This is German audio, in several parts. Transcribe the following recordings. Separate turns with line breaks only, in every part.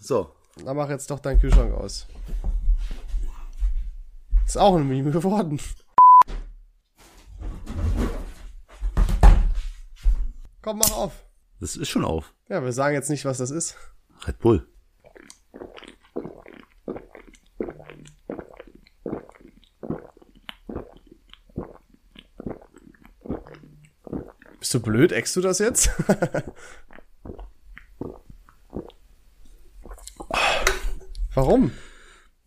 So.
Dann mach jetzt doch deinen Kühlschrank aus. Ist auch ein Meme geworden. Komm, mach auf.
Das ist schon auf.
Ja, wir sagen jetzt nicht, was das ist.
Red Bull.
Bist du blöd? Eckst du das jetzt? Warum?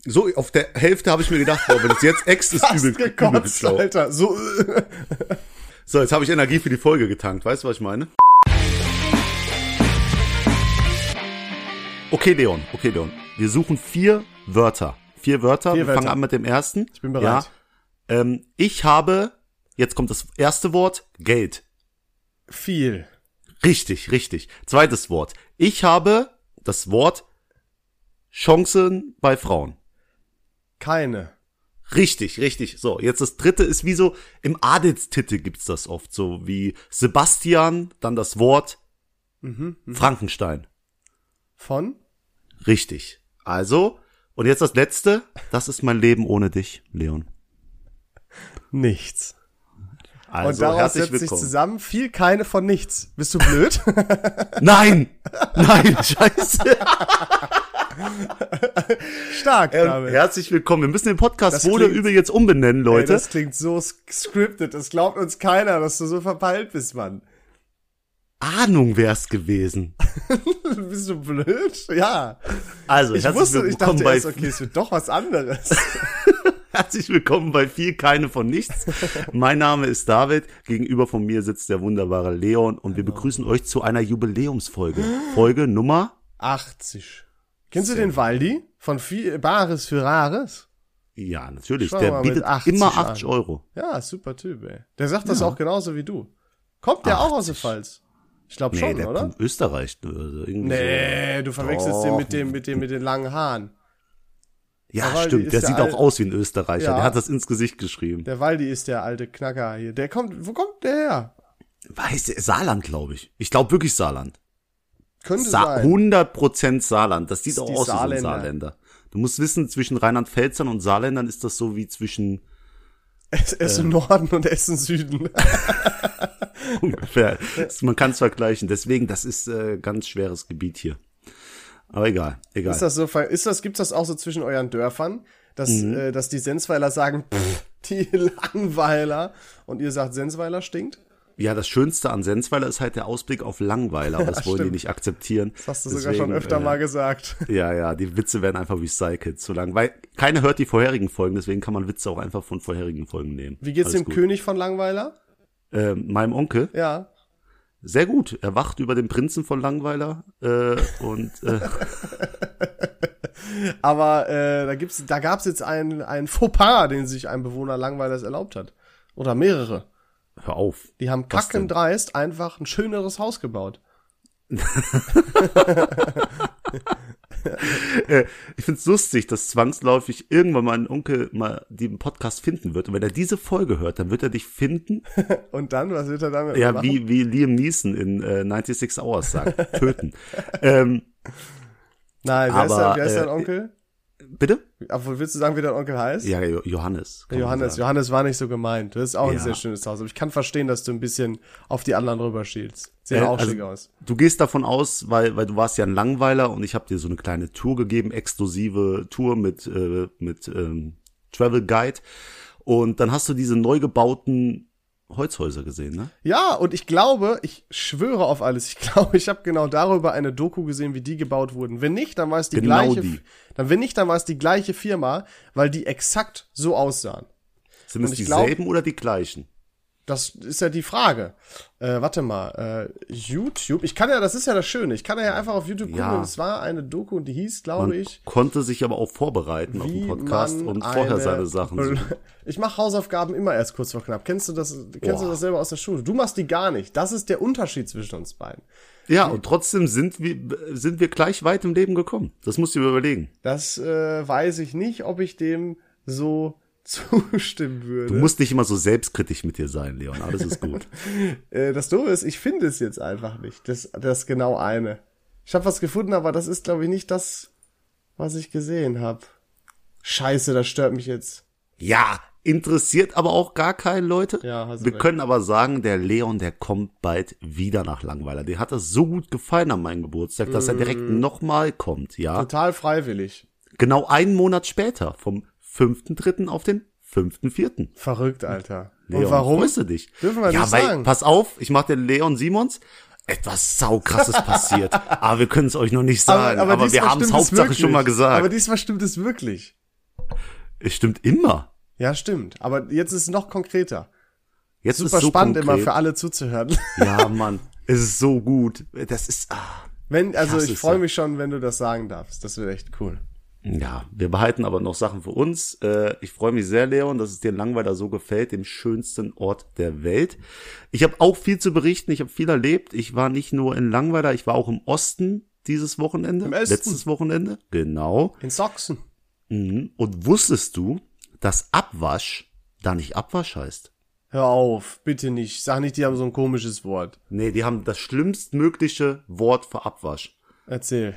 So, auf der Hälfte habe ich mir gedacht, boah, wenn es jetzt ex ist,
Hast
übel, übel
gekotzt,
schlau.
Alter. So, äh.
So, jetzt habe ich Energie für die Folge getankt. Weißt du, was ich meine? Okay, Leon. Okay, Leon. Wir suchen vier Wörter. Vier Wörter.
Vier
wir fangen
Wörter.
an mit dem ersten. Ich
bin bereit.
Ja. Ähm, ich habe, jetzt kommt das erste Wort, Geld.
viel.
Richtig, richtig. Zweites Wort. Ich habe das Wort Chancen bei Frauen.
Keine.
Richtig, richtig. So, jetzt das dritte ist wie so, im Adelstitel gibt's das oft, so wie Sebastian, dann das Wort Frankenstein.
Von?
Richtig. Also, und jetzt das letzte, das ist mein Leben ohne dich, Leon.
Nichts. Und
Also,
daraus
herzlich
setzt sich
willkommen.
zusammen viel, keine von nichts. Bist du blöd?
Nein! Nein, scheiße.
Stark,
Und
David.
herzlich willkommen. Wir müssen den Podcast
Das
wohl oder
klingt-
übel jetzt umbenennen,
Ey,
Leute.
das klingt so sk- scripted. Das glaubt uns keiner, dass du so verpeilt bist, Mann.
Ahnung wär's gewesen.
Bist du blöd? Ja.
Also,
Ich
herzlich
wusste, ich
willkommen
dachte
bei
erst, okay, es wird doch was anderes.
Herzlich willkommen bei viel keine von nichts. Mein Name ist David. Gegenüber von mir sitzt der wunderbare Leon und wir begrüßen euch zu einer Jubiläumsfolge. Folge Nummer?
80. Kennst du den Waldi von Fi- Bares für Rares?
Ja, natürlich.
Schauen wir
Der
mal mit
bietet
80
immer 80
an.
Euro.
Ja, super Typ, ey. Der sagt das auch genauso wie du. Kommt der auch aus der Pfalz? Ich glaube
Nee,
schon,
der
oder?
kommt Österreich. Also irgendwie
Nee, du verwechselst den mit dem, mit dem, mit den langen Haaren.
So. Ja,
Aber die
stimmt.
ist
Der
ja
sieht
alt.
auch aus wie ein Österreicher.
Ja.
Der hat das ins Gesicht geschrieben.
Der Waldi ist der alte Knacker hier. Der kommt, wo kommt der her?
Weiß der, Saarland, glaube ich. Ich glaube wirklich Saarland.
Könnte
Sa
sein.
100% Saarland. Das sieht
Ist
auch
die
aus wie so ein
Saarländer.
Saarländer. Du musst wissen, zwischen Rheinland-Pfälzern und Saarländern ist das so wie zwischen
Essen
Äh.
Norden und Essen Süden.
ungefähr. Das- Man kann es vergleichen. Deswegen, das ist äh, ganz schweres Gebiet hier. Aber egal, egal.
Ist das so, ver- ist das, gibt's das auch so zwischen euren Dörfern, dass,
Mhm.
äh, dass die Sensweiler sagen, pff, die Langweiler und ihr sagt, Sensweiler stinkt?
ja, das Schönste an Sensweiler ist halt der Ausblick auf Langweiler, aber das wollen
stimmt.
die nicht akzeptieren.
Das hast du sogar schon öfter
äh,
mal gesagt.
Ja, ja, die Witze werden einfach recycelt, so lang. Weil keiner hört die vorherigen Folgen, deswegen kann man Witze auch einfach von vorherigen Folgen nehmen.
Wie geht's
Alles
dem König von Langweiler?
Äh, meinem Onkel?
Ja.
Sehr gut. Er wacht über den Prinzen von Langweiler äh, und äh,
Aber äh, da, gibt's, da gab's jetzt einen, einen Fauxpas, den sich ein Bewohner Langweilers erlaubt hat. Oder mehrere.
hör auf.
Die haben
Was denn?
kackendreist einfach ein schöneres Haus gebaut.
Ich find's lustig, dass zwangsläufig irgendwann mein Onkel mal den Podcast finden wird. Und wenn er diese Folge hört, dann wird er dich finden.
Und dann, was wird er damit
Ja,
machen?
wie, wie Liam Neeson in äh, 96 Hours sagt. Töten. ähm,
Nein, wer ist
Aber,
dein, wer ist dein
äh,
Onkel?
bitte?
Obwohl, willst du sagen, wie dein Onkel heißt?
Ja, jo Johannes. kann man
Johannes,
sagen.
Johannes war nicht so gemeint. Das ist auch ein
Ja.
sehr schönes Haus. Aber ich kann verstehen, dass du ein bisschen auf die anderen rüberschielst. Sieht
Äh,
auch
also-
schick aus.
Du gehst davon aus, weil, weil du warst ja ein Langweiler und ich habe dir so eine kleine Tour gegeben, exklusive Tour mit, äh, mit ähm, Travel Guide. Und dann hast du diese neu gebauten Holzhäuser gesehen, ne?
Ja, und ich glaube, ich schwöre auf alles, ich glaube, ich habe genau darüber eine Doku gesehen, wie die gebaut wurden. Wenn nicht, dann war es die
Genau
gleiche.
die.
Dann wenn nicht, dann war es die gleiche Firma, weil die exakt so aussahen.
Sind es
Und ich glaub-
dieselben oder die gleichen?
Das ist ja die Frage. Äh, warte mal, äh, YouTube. Ich kann ja, das ist ja das Schöne. Ich kann ja einfach auf YouTube
Ja.
gucken. und Es war eine Doku und die hieß, glaube
Man
ich,
konnte sich aber auch vorbereiten auf den Podcast
man
und vorher
eine-
seine Sachen suchen.
Ich mache Hausaufgaben immer erst kurz vor knapp. Kennst du das? Kennst du
Boah.
das selber aus der Schule? Du machst die gar nicht. Das ist der Unterschied zwischen uns beiden.
Ja, und trotzdem sind wir, sind wir gleich weit im Leben gekommen. Das musst du dir überlegen.
Das äh, weiß ich nicht, ob ich dem so zustimmen würde.
Du musst nicht immer so selbstkritisch mit dir sein, Leon. Alles ist gut.
äh, das Dumme ist, ich finde es jetzt einfach nicht. Das, das genau eine. Ich habe was gefunden, aber das ist, glaube ich, nicht das, was ich gesehen habe. Scheiße, das stört mich jetzt.
Ja, interessiert aber auch gar keinen, Leute.
Ja, hast du
Wir
recht.
können aber sagen, der Leon, der kommt bald wieder nach Langweiler. Der hat das so gut gefallen an meinem Geburtstag, dass er direkt
Mm.
nochmal kommt, ja.
Total freiwillig.
Genau einen Monat später, vom 5.3. auf den 5.4.
Verrückt, Alter.
Leon,
Und warum?
Freust du dich?
Dürfen wir
ja,
nicht
weil,
sagen.
pass auf, ich mach den Leon Simons. Etwas saukrasses passiert. Aber wir können es euch noch nicht sagen. Aber, wir
diesmal
haben es
stimmt
Hauptsache
wirklich.
schon mal
Aber
gesagt.
diesmal stimmt es wirklich.
Es stimmt immer.
Ja, stimmt. Aber jetzt ist es noch konkreter.
Jetzt ist
Super
es so
spannend
konkret.
immer für alle zuzuhören.
Ja, Mann. Es ist so gut. Das ist. Ah.
Wenn, also
Das
ich
ist
freue
ja-
mich schon, wenn du das sagen darfst. Das wird echt cool.
Ja, wir behalten aber noch Sachen für uns. Äh, ich freue mich sehr, Leon, dass es dir in Langweiler so gefällt, dem schönsten Ort der Welt. Ich habe auch viel zu berichten, ich habe viel erlebt. Ich war nicht nur in Langweiler, ich war auch im Osten dieses Wochenende,
Im Osten.
letztes Wochenende, genau.
In Sachsen.
Mhm. Und wusstest du, dass Abwasch da nicht Abwasch heißt?
Hör auf, bitte nicht. Sag nicht, die haben so ein komisches Wort.
Nee, die haben das schlimmstmögliche Wort für Abwasch.
Erzähl.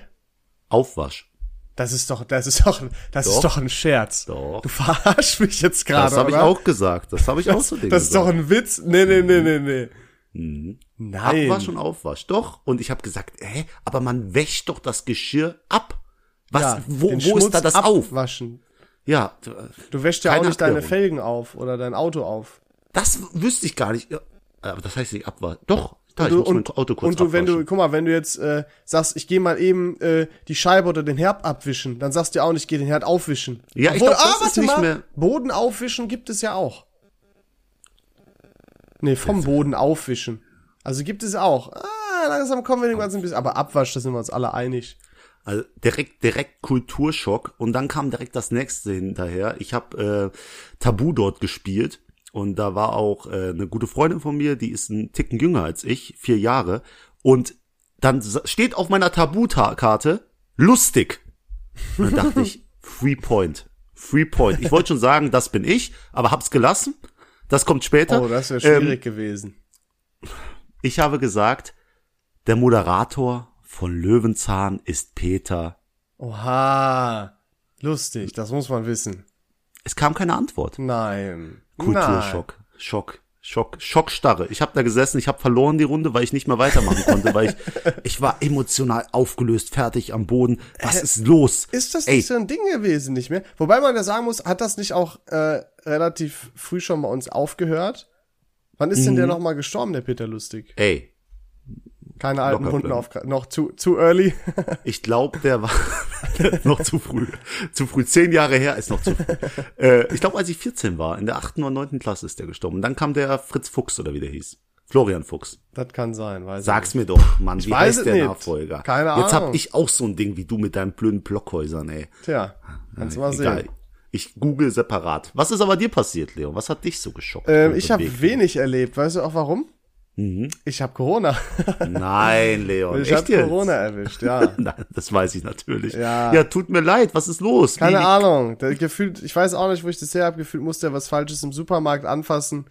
Aufwasch.
Das ist doch, das ist doch, das
Doch.
ist doch ein Scherz.
Doch.
Du verarsch mich jetzt gerade.
Das habe ich
oder?
auch gesagt. Das habe ich auch
Das,
zu denen
das ist
gesagt. Mhm.
doch ein Witz. Nee, nee, nee, nee, nee. Nein.
Abwasch und Aufwasch, doch. Und ich habe gesagt, hä, aber man wäscht doch das Geschirr ab. Was,
Ja,
wo,
den
wo ist da
Schmutz
das auf?
Abwaschen.
Ja,
Du wäschst ja
Keine
auch nicht deine
Erklärung.
Felgen auf oder dein Auto auf.
das wüsste ich gar nicht. Ja, Aber das heißt nicht Abwasch. Doch, da, ich
Du,
muss mein Auto kurz
und du, wenn du,
abwaschen.
guck mal, wenn du jetzt äh, sagst, ich gehe mal eben äh, die Scheibe oder den Herd abwischen, dann sagst du ja auch nicht, ich gehe den Herd aufwischen. ah,
Ja, ich glaub, das ist nicht mehr-
Boden aufwischen gibt es ja auch. Nee, vom Boden aufwischen. Also gibt es auch. Ah, langsam kommen wir dem Ganzen ein bisschen. Aber Abwasch, da sind wir uns alle einig.
Also direkt, direkt Kulturschock. Und dann kam direkt das nächste hinterher. Ich habe äh, Tabu dort gespielt. Und da war auch äh, eine gute Freundin von mir, die ist einen Ticken jünger als ich, vier Jahre. Und dann sa- steht auf meiner Tabu-Karte lustig. Und dann dachte ich, Free Point. Free Point. Ich wollte schon sagen, das bin ich, aber hab's gelassen. Das kommt später.
Oh, das wäre
Ähm,
schwierig gewesen.
ich habe gesagt, der Moderator von Löwenzahn ist Peter.
Oha. Lustig, das muss man wissen.
Es kam keine Antwort.
Nein.
Kulturschock. Schock. Schock, Schockstarre. Ich habe da gesessen, ich habe verloren die Runde, weil ich nicht mehr weitermachen konnte, weil ich, ich war emotional aufgelöst, fertig am Boden. Was ist los?
Ist das
Ey.
nicht so ein Ding gewesen, nicht mehr? Wobei man ja sagen muss, hat das nicht auch äh, relativ früh schon bei uns aufgehört? Wann ist
Mhm.
denn der nochmal gestorben, der Peter Lustig?
Ey,
Keine alten
Locker
Wunden
bleiben.
auf, noch zu, zu early.
ich glaube, der war noch zu früh. Zu früh, zehn Jahre her ist noch zu früh. Äh, ich glaube, als ich 14 war, in der achten oder neunten Klasse ist der gestorben. Und dann kam der Fritz Fuchs oder wie der hieß. Florian Fuchs.
das kann sein, weiß ich
Sag's mir doch, Mann, wie
weiß es
heißt der
nicht.
Nachfolger?
Keine
Jetzt hab
Ahnung.
ich auch so ein Ding wie du mit deinen blöden Blockhäusern, ey.
nicht. Tja, kannst du mal
Äh, Egal.
sehen.
Ich google separat. Was ist aber dir passiert, Leo? Was hat dich so geschockt?
Ähm,
und
ich habe
bewegt?
wenig erlebt, weißt du auch warum? Ich habe Corona.
Nein, Leon.
ich
echt
habe
Mhm. jetzt?
Corona erwischt, ja.
Nein, das weiß ich natürlich.
Ja.
tut mir leid. Was ist los?
Keine
Wie-
Ahnung. Der gefühlt, ich weiß auch nicht, wo ich das her habe. Gefühlt musste er was Falsches im Supermarkt anfassen.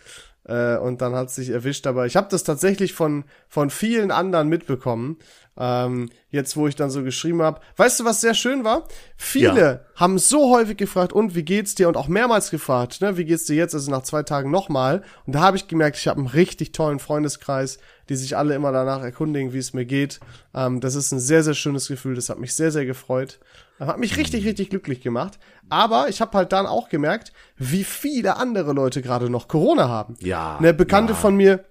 Äh, und dann hat sich erwischt. Aber ich habe das tatsächlich von, von vielen anderen mitbekommen. Ähm, jetzt, wo ich dann so geschrieben habe. Weißt du, was sehr schön war? Viele haben so häufig gefragt, und wie geht's dir? Und auch mehrmals gefragt, ne, wie geht's dir jetzt? Also nach zwei Tagen nochmal. Und da habe ich gemerkt, ich habe einen richtig tollen Freundeskreis, die sich alle immer danach erkundigen, wie es mir geht. Ähm, das ist ein sehr, sehr schönes Gefühl. Das hat mich sehr, sehr gefreut. Hat mich richtig, richtig glücklich gemacht. Aber ich habe halt dann auch gemerkt, wie viele andere Leute gerade noch Corona haben.
Ja,
Eine Bekannte
Ah, ja.
von mir,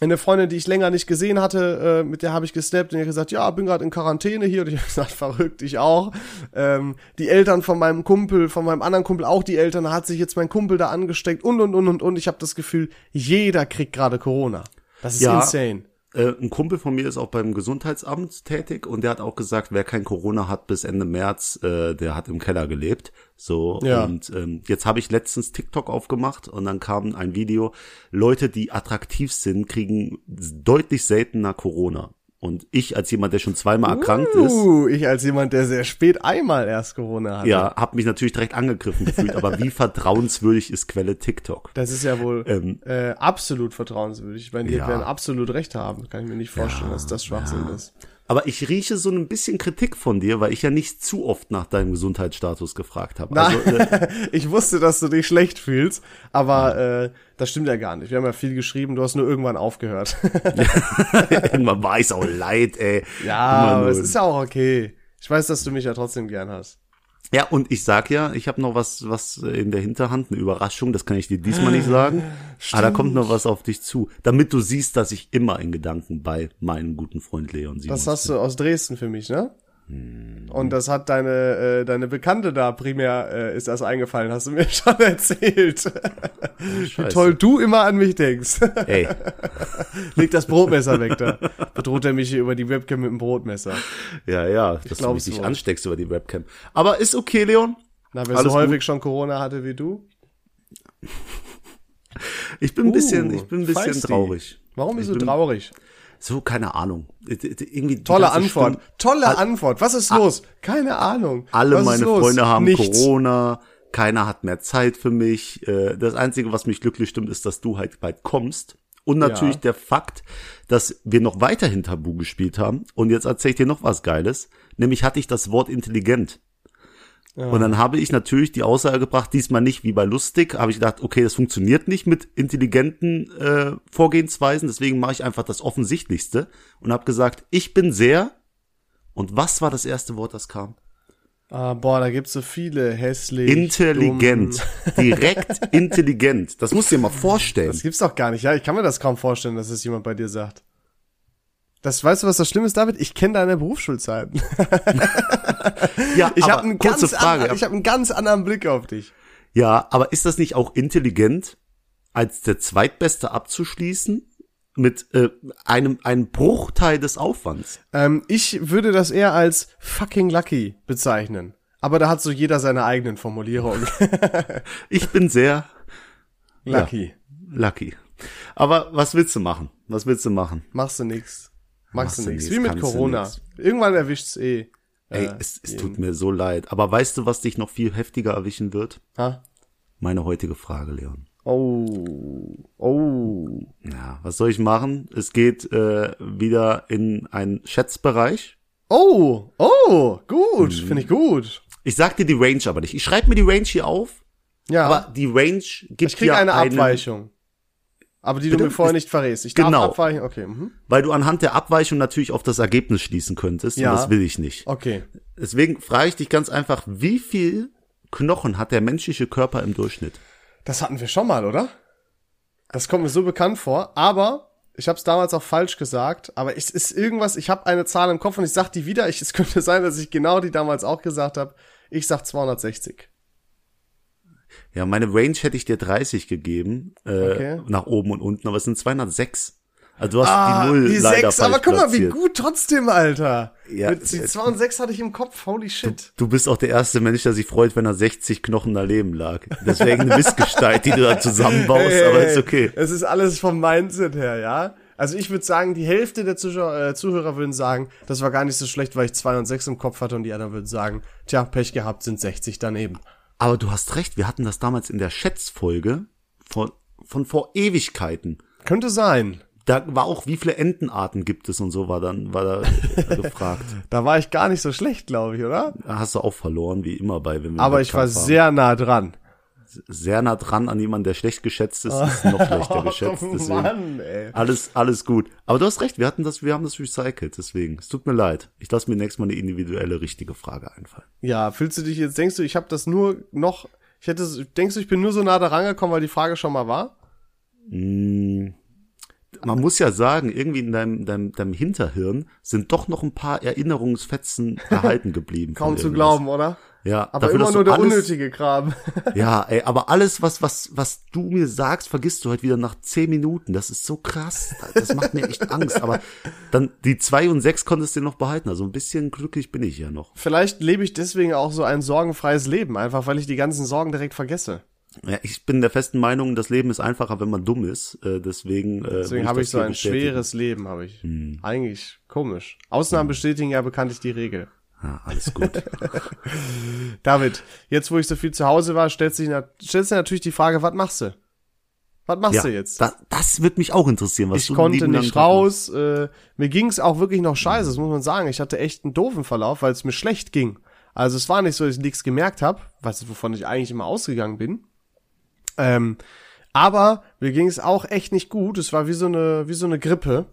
eine Freundin, die ich länger nicht gesehen hatte, äh, mit der habe ich gesnappt und die hat gesagt, ja, bin gerade in Quarantäne hier. Und ich habe gesagt, verrückt, ich auch. Ähm, die Eltern von meinem Kumpel, von meinem anderen Kumpel, auch die Eltern, da hat sich jetzt mein Kumpel da angesteckt und, und, und, und, und. Ich habe das Gefühl, jeder kriegt gerade Corona. Das ist
Ja.
insane.
Äh, ein Kumpel von mir ist auch beim Gesundheitsamt tätig und der hat auch gesagt, wer kein Corona hat bis Ende März, äh, der hat im Keller gelebt. So
Ja.
und ähm, jetzt habe ich letztens TikTok aufgemacht und dann kam ein Video: Leute, die attraktiv sind, kriegen deutlich seltener Corona. Und ich als jemand, der schon zweimal erkrankt ist,
Uh, ich als jemand, der sehr spät einmal erst Corona hatte.
ja, habe mich natürlich direkt angegriffen gefühlt. aber wie vertrauenswürdig ist Quelle TikTok?
Das ist ja wohl
Ähm.
äh, absolut vertrauenswürdig. Ich meine, die
Ja.
werden absolut recht haben. Kann ich mir nicht vorstellen, dass das Schwachsinn ist.
Aber ich rieche so ein bisschen Kritik von dir, weil ich ja nicht zu oft nach deinem Gesundheitsstatus gefragt habe.
Na,
Also, äh,
Ah. ich wusste, dass du dich schlecht fühlst, aber äh, das stimmt ja gar nicht. Wir haben ja viel geschrieben, du hast nur irgendwann aufgehört.
irgendwann war ich's auch leid, ey.
ja,
Immer
aber es
nur.
ist ja auch okay. Ich weiß, dass du mich ja trotzdem gern hast.
Ja, und ich sag ja, ich habe noch was, was in der Hinterhand, eine Überraschung, das kann ich dir diesmal nicht sagen.
Ah,
Aber da kommt noch was auf dich zu, damit du siehst, dass ich immer in Gedanken bei meinem guten Freund Leon Simon.
Das hast du aus Dresden für mich, ne?
Hm.
Und das hat deine, äh, deine Bekannte da primär, äh, ist das eingefallen, hast du mir schon erzählt.
Scheiße.
Toll, du immer an mich denkst.
Ey,
Leg das Brotmesser weg da. Bedroht er mich hier über die Webcam mit dem Brotmesser.
ja, ja, dass du mich
glaub's
nicht
wohl.
ansteckst über die Webcam. Aber ist okay, Leon.
Na, wer
Alles
so
gut.
häufig schon Corona hatte wie du?
Ich bin ein bisschen,
Uh,
ich bin ein bisschen
feisty.
traurig.
Warum bist
Ich
du
bin-
traurig?
So, keine Ahnung. Irgendwie die
Tolle
ganze
Antwort.
Stunde-
Tolle Antwort. Was ist los? Keine Ahnung.
Alle
Was ist
meine
los?
Freunde haben
Nichts.
Corona, keiner hat mehr Zeit für mich. Äh, Das Einzige, was mich glücklich stimmt, ist, dass du halt bald kommst. Und natürlich
Ja.
der Fakt, dass wir noch weiterhin Tabu gespielt haben. Und jetzt erzähle ich dir noch was Geiles. Nämlich hatte ich das Wort intelligent. Und dann habe ich natürlich die Aussage gebracht, diesmal nicht wie bei lustig, habe ich gedacht, okay, das funktioniert nicht mit intelligenten äh, Vorgehensweisen, deswegen mache ich einfach das Offensichtlichste und habe gesagt, ich bin sehr. Und was war das erste Wort, das kam?
Ah, boah, da gibt's so viele hässlich.
Intelligent.
dumm.
Direkt intelligent. Das musst du dir mal vorstellen.
Das gibt's doch gar nicht. Ja, ich kann mir das kaum vorstellen, dass es jemand bei dir sagt. Das weißt du, was das Schlimme ist, David? Ich kenne deine Berufsschulzeiten.
Ja,
Ich
aber
habe einen ganz
kurze Frage.
Anderen, ich habe einen ganz anderen Blick auf dich.
ja, aber ist das nicht auch intelligent, als der Zweitbeste abzuschließen mit äh, einem, einem Bruchteil des Aufwands?
Ähm, ich würde das eher als fucking lucky bezeichnen. Aber da hat so jeder seine eigenen Formulierungen.
Ich bin sehr
lucky.
lucky. Aber was willst du machen? Was willst du machen?
Machst du nix.
Machst
Machst du
du
nix.
nix,
Wie mit
kannst du
Corona.
nix.
Irgendwann erwischt's eh.
Ey,
Äh,
es, es tut mir so leid. Aber weißt du, was dich noch viel heftiger erwischen wird?
Ha?
Meine heutige Frage, Leon.
Oh. Oh.
Ja, was soll ich machen? Es geht äh, wieder in einen Schätzbereich.
Oh. Oh. Gut.
Mhm.
Finde ich gut.
Ich sag dir die Range aber nicht. Ich schreibe mir die Range hier auf,
Ja.
aber die Range gibt
ich krieg
ja
eine
einen,
Abweichung. Aber die du
Bitte?
mir vorher nicht verrätst. Ich
Genau.
darf abweichen. Okay. Mhm.
weil du anhand der Abweichung natürlich auf das Ergebnis schließen könntest.
Ja.
Und das will ich nicht.
Okay.
Deswegen frage ich dich ganz einfach, wie viel Knochen hat der menschliche Körper im Durchschnitt?
Das hatten wir schon mal, oder? Das kommt mir so bekannt vor, aber ich habe es damals auch falsch gesagt, aber es ist irgendwas, ich habe eine Zahl im Kopf und ich sag die wieder, ich, es könnte sein, dass ich genau die damals auch gesagt habe. Ich sag 260.
Ja, meine Range hätte ich dir 30 gegeben, äh,
Okay.
nach oben und unten, aber es sind 206. Also du hast
Ah,
die Null leider
sechs,
falsch
aber guck mal, wie
platziert.
gut trotzdem, Alter.
Ja, äh,
Mit, die
es-
2 und 6 hatte ich im Kopf, holy shit.
Du bist auch der erste Mensch, der sich freut, wenn er 60 Knochen daneben lag. Deswegen eine Missgestalt, die du da zusammenbaust, aber ist okay.
Es ist alles vom Mindset her, ja. Also ich würde sagen, die Hälfte der Zuschauer, äh, Zuhörer würden sagen, das war gar nicht so schlecht, weil ich 2 und 6 im Kopf hatte und die anderen würden sagen, tja, Pech gehabt, sind 60 daneben.
Aber du hast recht, wir hatten das damals in der Schätzfolge von, von vor Ewigkeiten.
Könnte sein.
Da war auch, wie viele Entenarten gibt es und so, war dann, war da äh, gefragt.
Da war ich gar nicht so schlecht, glaube ich, oder?
Da hast du auch verloren, wie immer bei, wenn wir
Aber
im
ich war
Wettkampf waren.
sehr nah dran.
sehr nah dran an jemanden, der schlecht geschätzt ist, ist noch
Oh,
schlechter geschätzt. Deswegen
ey.
alles, alles gut. Aber du hast recht, wir hatten das, wir haben das recycelt, deswegen. Es tut mir leid. Ich lasse mir nächstes Mal eine individuelle, richtige Frage einfallen.
Ja, fühlst du dich jetzt, denkst du, ich habe das nur noch, ich hätte, es- denkst du, ich bin nur so nah daran gekommen, weil die Frage schon mal war?
Man muss ja sagen, irgendwie in deinem, deinem, deinem Hinterhirn sind doch noch ein paar Erinnerungsfetzen erhalten geblieben. von
Kaum zu
irgendwas.
glauben, oder?
Ja,
Aber
dafür,
immer
dass
nur
du
der
alles,
unnötige Kram.
Ja, ey, aber alles, was, was, was du mir sagst, vergisst du halt wieder nach zehn Minuten. Das ist so krass. Das macht mir echt Angst. Aber dann die zwei und sechs konntest du noch behalten. Also ein bisschen glücklich bin ich ja noch.
Vielleicht lebe ich deswegen auch so ein sorgenfreies Leben, einfach weil ich die ganzen Sorgen direkt
Äh,
vergesse.
Ja, ich bin der festen Meinung, das Leben ist einfacher, wenn man dumm ist. Äh, deswegen äh, will
Deswegen habe
das
ich so
hier
ein
bestätigen. Hm.
schweres Leben, habe ich. Eigentlich komisch. Ausnahmen bestätigen ja bekanntlich die Regel.
Ja, alles gut.
David, jetzt wo ich so viel zu Hause war, stellt sich, nat- stellt sich natürlich die Frage, was machst du? Was machst du jetzt?
Da, das wird mich auch interessieren, was
ich
du den
konnte
lieben langen
nicht
Tag machst.
raus. Äh, mir ging es auch wirklich noch scheiße, das muss man sagen. Ich hatte echt einen doofen Verlauf, weil es mir schlecht ging. Also es war nicht so, dass ich nichts gemerkt habe, was wovon ich eigentlich immer ausgegangen bin. Ähm, aber mir ging es auch echt nicht gut. Es war wie so eine wie so eine Grippe.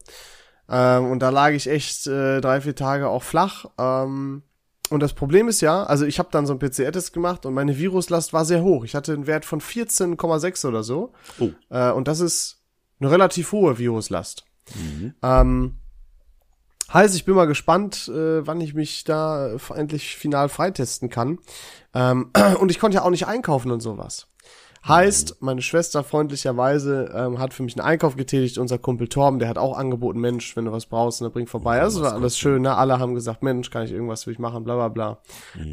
Ähm, und da lag ich echt äh, drei vier Tage auch flach. Ähm, und das Problem ist ja, also ich habe dann so einen PCR-Test gemacht und meine Viruslast war sehr hoch. Ich hatte einen Wert von 14,6 oder so.
Oh.
Äh, und das ist eine relativ hohe Viruslast. Ähm, heißt, ich bin mal gespannt, äh, wann ich mich da äh, endlich final freitesten kann. Ähm, und ich konnte ja auch nicht einkaufen und sowas. Heißt, meine Schwester freundlicherweise ähm, hat für mich einen Einkauf getätigt. Unser Kumpel Torben, der hat auch angeboten, Mensch, wenn du was brauchst, dann bring vorbei. Also war alles schön, ne? Alle haben gesagt, Mensch, kann ich irgendwas für dich machen, bla bla bla.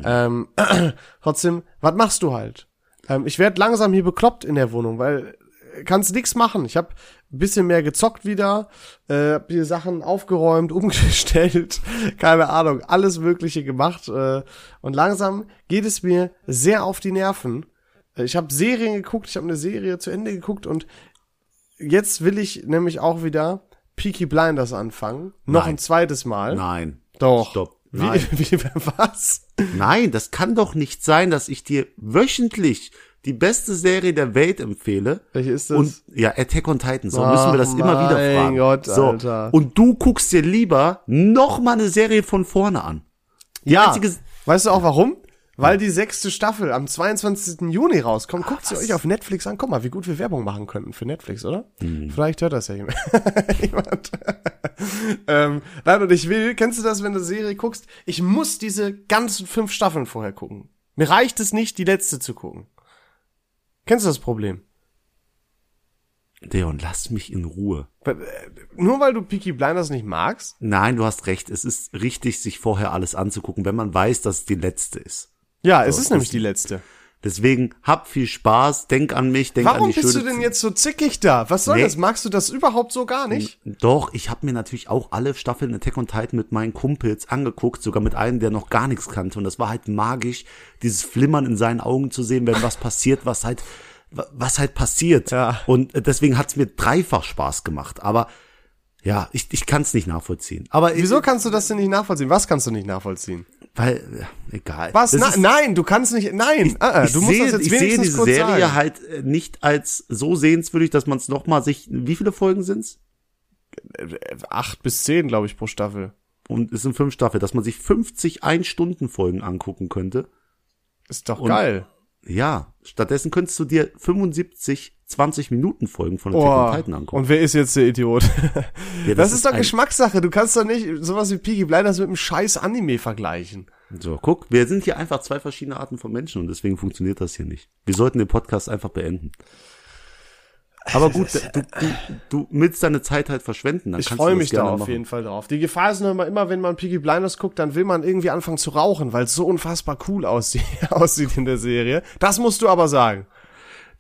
Ähm, trotzdem, was machst du halt? Ähm, ich werd langsam hier bekloppt in der Wohnung, weil äh, kannst nix machen. Ich hab ein bisschen mehr gezockt wieder, äh, hab hier Sachen aufgeräumt, umgestellt, keine Ahnung, alles Mögliche gemacht. Äh, und langsam geht es mir sehr auf die Nerven. Äh, Ich habe Serien geguckt, ich habe eine Serie zu Ende geguckt und jetzt will ich nämlich auch wieder Peaky Blinders anfangen. Noch
Nein.
ein zweites Mal.
Nein.
Doch.
Stopp.
Wie,
Nein.
wie, was?
Nein, das kann doch nicht sein, dass ich dir wöchentlich die beste Serie der Welt empfehle.
Welche ist das?
Und ja, Attack on Titan, so
Ach,
müssen wir das immer wieder
mein
fragen.
Gott,
so.
Alter.
Und du guckst dir lieber noch mal eine Serie von vorne an.
Ja.
einzige-
weißt du auch warum? Weil die sechste Staffel am 22. Juni rauskommt. Guckt sie euch auf Netflix an. Guck mal, wie gut wir Werbung machen könnten für Netflix, oder? Vielleicht hört das ja jemand. jemand. ähm, nein, und ich will, kennst du das, wenn du eine Serie guckst? Ich muss diese ganzen fünf Staffeln vorher gucken. Mir reicht es nicht, die letzte zu gucken. Kennst du das Problem?
Leon, lass mich in Ruhe.
Weil, äh, Nur weil du Peaky Blinders nicht magst?
Nein, du hast recht. Es ist richtig, sich vorher alles anzugucken, wenn man weiß, dass es die letzte ist.
Ja, es ist nämlich die letzte.
Deswegen hab viel Spaß, denk an mich, denk an
Warum
die schöne
bist du denn jetzt so zickig da? Was soll
Nee.
das? Magst du das überhaupt so gar nicht?
Doch, ich habe mir natürlich auch alle Staffeln Attack on Titan mit meinen Kumpels angeguckt, sogar mit einem, der noch gar nichts kannte. Und das war halt magisch, dieses Flimmern in seinen Augen zu sehen, wenn was passiert, was halt, wa- was halt passiert.
Ja.
Und äh, deswegen hat's mir dreifach Spaß gemacht. Aber ja, ich, ich kann's nicht nachvollziehen. Aber ich-
Wieso kannst du das denn nicht nachvollziehen? Was kannst du nicht nachvollziehen?
Weil, äh, egal.
Was?
Das
Na,
ist-
nein, du kannst nicht. Nein, ah, ah,
ich
du musst
sehe,
das jetzt
ich sehe
wenigstens
diese
kurz
Serie
sagen.
halt äh, nicht als so sehenswürdig, dass man es nochmal sich. Wie viele Folgen sind's?
Acht bis zehn, glaube ich, pro Staffel.
Und es sind fünf Staffeln, dass man sich 50 Ein-Stunden-Folgen angucken könnte.
Ist doch geil.
Ja, stattdessen könntest du dir 75 20-Minuten-Folgen von Attack
Boah,
on Titan angucken.
und wer ist jetzt der Idiot?
Ja,
das, ist doch
ein-
Geschmackssache. Du kannst doch nicht sowas wie Peaky Blinders mit einem scheiß Anime vergleichen.
So, guck, wir sind hier einfach zwei verschiedene Arten von Menschen und deswegen funktioniert das hier nicht. Wir sollten den Podcast einfach beenden. Aber gut, du, du, du willst deine Zeit halt verschwenden. Dann
Ich
kannst du
freue
das
mich da
gerne
auf
machen.
jeden Fall drauf. Die Gefahr ist nur immer, immer, wenn man Peaky Blinders guckt, dann will man irgendwie anfangen zu rauchen, weil es so unfassbar cool aussieht, aussieht in der Serie. Das musst du aber sagen.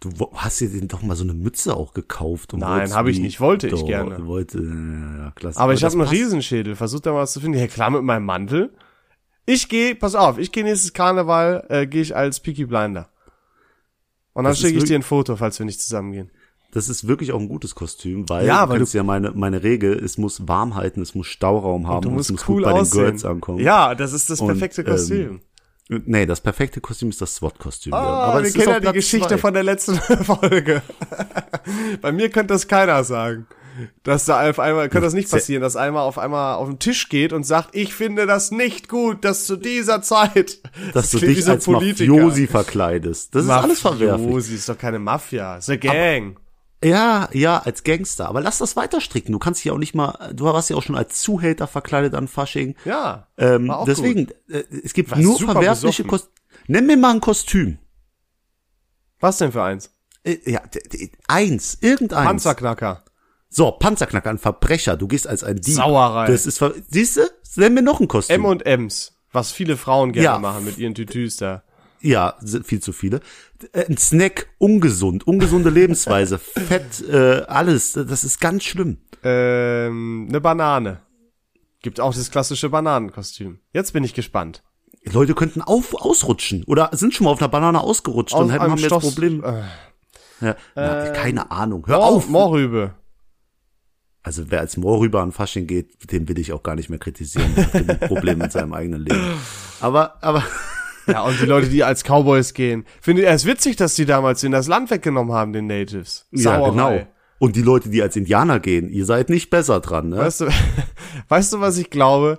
Du wo- hast dir denn doch mal so eine Mütze auch gekauft. und
Nein,
wolltest
hab ich
die-
nicht. Wollte ich
Doch,
gerne.
Wollte, äh, ja, klasse.
Aber ich
das
habe einen
passt.
Riesenschädel. Versucht da mal was zu finden. Ja klar, mit meinem Mantel. Ich gehe, pass auf, ich gehe nächstes Karneval, äh, gehe ich als Peaky Blinder. Und dann
Das ist
schicke ich
wirklich-
dir ein Foto, falls wir nicht zusammengehen.
Das ist wirklich auch ein gutes Kostüm, weil,
Ja, weil
du kennst ja meine, meine Regel, es muss warm halten, es muss Stauraum haben,
Du
und
musst
es muss
cool
gut bei
aussehen.
den Girls ankommen.
Ja, das ist das
Und,
perfekte Kostüm.
ähm, Nee, das perfekte Kostüm ist das SWAT-Kostüm. Leon.
Ah,
Aber
wir
es ist
kennen
auch
ja die
Platz
Geschichte
zwei.
von der letzten Folge. Bei mir könnte das keiner sagen. Dass da auf einmal, könnte das nicht passieren, dass einmal auf einmal auf den Tisch geht und sagt, ich finde das nicht gut, dass zu dieser Zeit,
dass du
klingt wie
dich
so ein
als Mafiosi verkleidest. Das ist alles verwerflich.
Mafiosi ist doch keine Mafia, ist eine Gang.
Ja, ja, als Gangster. Aber lass das weiter stricken. Du kannst dich auch nicht mal, du warst ja auch schon als Zuhälter verkleidet an Fasching.
ja,
Ähm,
war auch Gut.
deswegen, äh, es gibt
Warst
nur
super
verwerfliche
besoffen.
Kostüme. Nenn mir mal ein Kostüm.
Was denn für eins?
Äh, ja, d- d- eins, irgendeins.
Panzerknacker.
So, Panzerknacker, ein Verbrecher. Du gehst als ein Dieb.
Sauerei.
Das ist, ver- siehst du? Nenn mir noch ein Kostüm.
M und M's, was viele Frauen gerne
Ja.
machen mit ihren Tütüs da.
Ja, sind viel zu viele. Äh, Ein Snack, ungesund, ungesunde Lebensweise, Fett, äh, alles, das ist ganz schlimm.
Ähm, eine Banane. Gibt auch das klassische Bananenkostüm. Jetzt bin ich gespannt.
Leute könnten auf, ausrutschen oder sind schon mal auf einer Banane ausgerutscht
Aus
und hätten,
einem
haben jetzt
Stoß-
Problem.
Äh, oh,
Ja, na,
Ähm,
keine Ahnung. Hör
Moor-
auf!
Moorrübe.
Also wer als Moor rüber an Fasching geht, den will ich auch gar nicht mehr kritisieren. Der hat genug Probleme mit seinem eigenen Leben. Aber, aber
Ja, und die Leute, die als Cowboys gehen. Finde ich erst witzig, dass die damals in das Land weggenommen haben, den Natives.
ja,
Sauerei.
genau. Und die Leute, die als Indianer gehen, ihr seid nicht besser dran, ne?
Weißt du, weißt du, was ich glaube?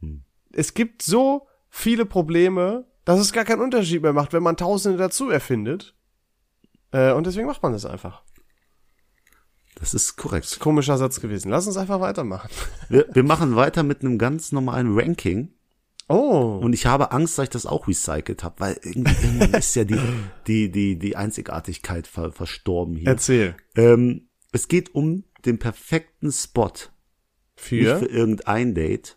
Hm.
Es gibt so viele Probleme, dass es gar keinen Unterschied mehr macht, wenn man Tausende dazu erfindet. Äh, und deswegen macht man das einfach.
Das ist korrekt.
Komischer Satz gewesen. Lass uns einfach weitermachen.
Wir, wir machen weiter mit einem ganz normalen Ranking.
Oh.
Und ich habe Angst, dass ich das auch recycelt habe, weil irgendwie irgendwann ist ja die, die, die, die Einzigartigkeit ver, verstorben hier.
Erzähl.
Ähm, es geht um den perfekten Spot. Nicht für
Für?
irgendein Date.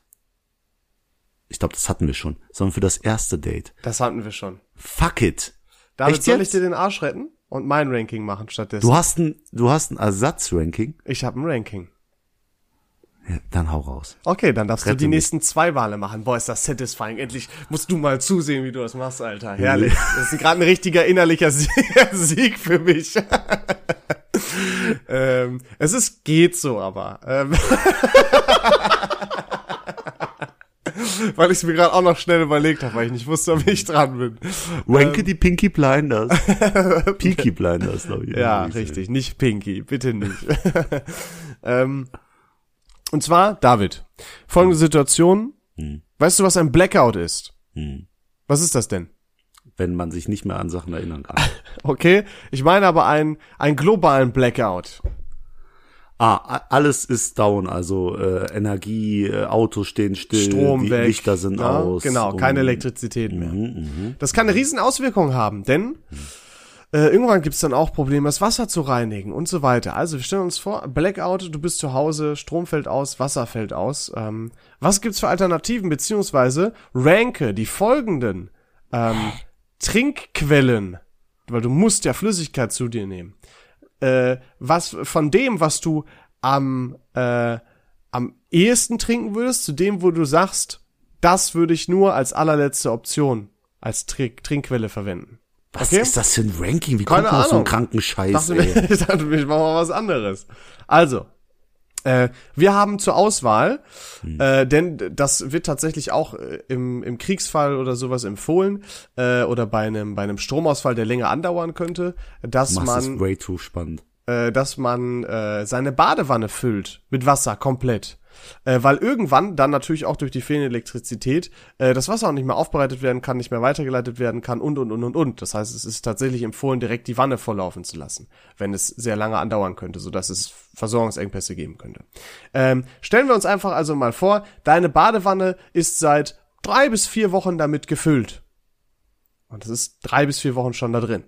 Ich glaube, das hatten wir schon, sondern für das erste Date.
Das hatten wir schon.
Fuck it.
Damit
Echt
soll
jetzt?
ich dir den Arsch retten und mein Ranking machen stattdessen.
Du hast ein, du hast ein Ersatzranking.
ich habe ein Ranking.
Ja, dann hau raus.
Okay, dann darfst du die
mich.
nächsten zwei Male machen. Boah, ist das satisfying. Endlich musst du mal zusehen, wie du das machst, Alter. Herrlich. Das ist gerade ein richtiger innerlicher Sie- Sieg für mich. ähm, es ist geht so, aber. Ähm, weil ich es mir gerade auch noch schnell überlegt habe, weil ich nicht wusste, ob ich dran bin.
Ranke
Ähm.
die Pinky Blinders. Peaky Blinders, glaube ich.
Ja,
Irgendwie so.
richtig. Nicht Pinky, bitte nicht. ähm, und zwar, David, folgende Situation. Weißt du, was ein Blackout ist?
Hm.
Was ist das denn?
Wenn man sich nicht mehr an Sachen erinnern kann.
Okay, ich meine aber einen, einen globalen Blackout.
Ah, a- alles ist down, also äh, Energie, äh, Autos stehen still,
Strom
die
weg.
Lichter sind
ne?
aus.
Genau, keine
und- Mhm,
Elektrizität mehr. Das kann eine riesen Auswirkung haben, denn äh, irgendwann gibt's dann auch Probleme, das Wasser zu reinigen und so weiter. Also wir stellen uns vor, Blackout, du bist zu Hause, Strom fällt aus, Wasser fällt aus. Ähm, was gibt's für Alternativen, beziehungsweise ranke die folgenden ähm, Trinkquellen, weil du musst ja Flüssigkeit zu dir nehmen. Äh, was von dem, was du am äh, am ehesten trinken würdest, zu dem, wo du sagst, das würde ich nur als allerletzte Option als Trink Trinkquelle verwenden.
Was
Okay.
ist das für ein Ranking? Wie
Keine
kommt man auf so einen
Ahnung.
kranken Scheiß,
Dachte mir,
ey?
Also, ich dachte mir, ich mache mal was anderes. Also, äh, wir haben zur Auswahl, äh, denn das wird tatsächlich auch äh, im, im Kriegsfall oder sowas empfohlen äh, oder bei einem, bei einem Stromausfall, der länger andauern könnte, dass
Das
man
ist way too spannend.
äh, dass man äh, seine Badewanne füllt mit Wasser komplett. Äh, weil irgendwann dann natürlich auch durch die fehlende Elektrizität äh, das Wasser auch nicht mehr aufbereitet werden kann, nicht mehr weitergeleitet werden kann und und und und und. Das heißt, es ist tatsächlich empfohlen, direkt die Wanne volllaufen zu lassen, wenn es sehr lange andauern könnte, sodass es Versorgungsengpässe geben könnte. Ähm, stellen wir uns einfach also mal vor, deine Badewanne ist seit drei bis vier Wochen damit gefüllt. Und das ist drei bis vier Wochen schon da drin.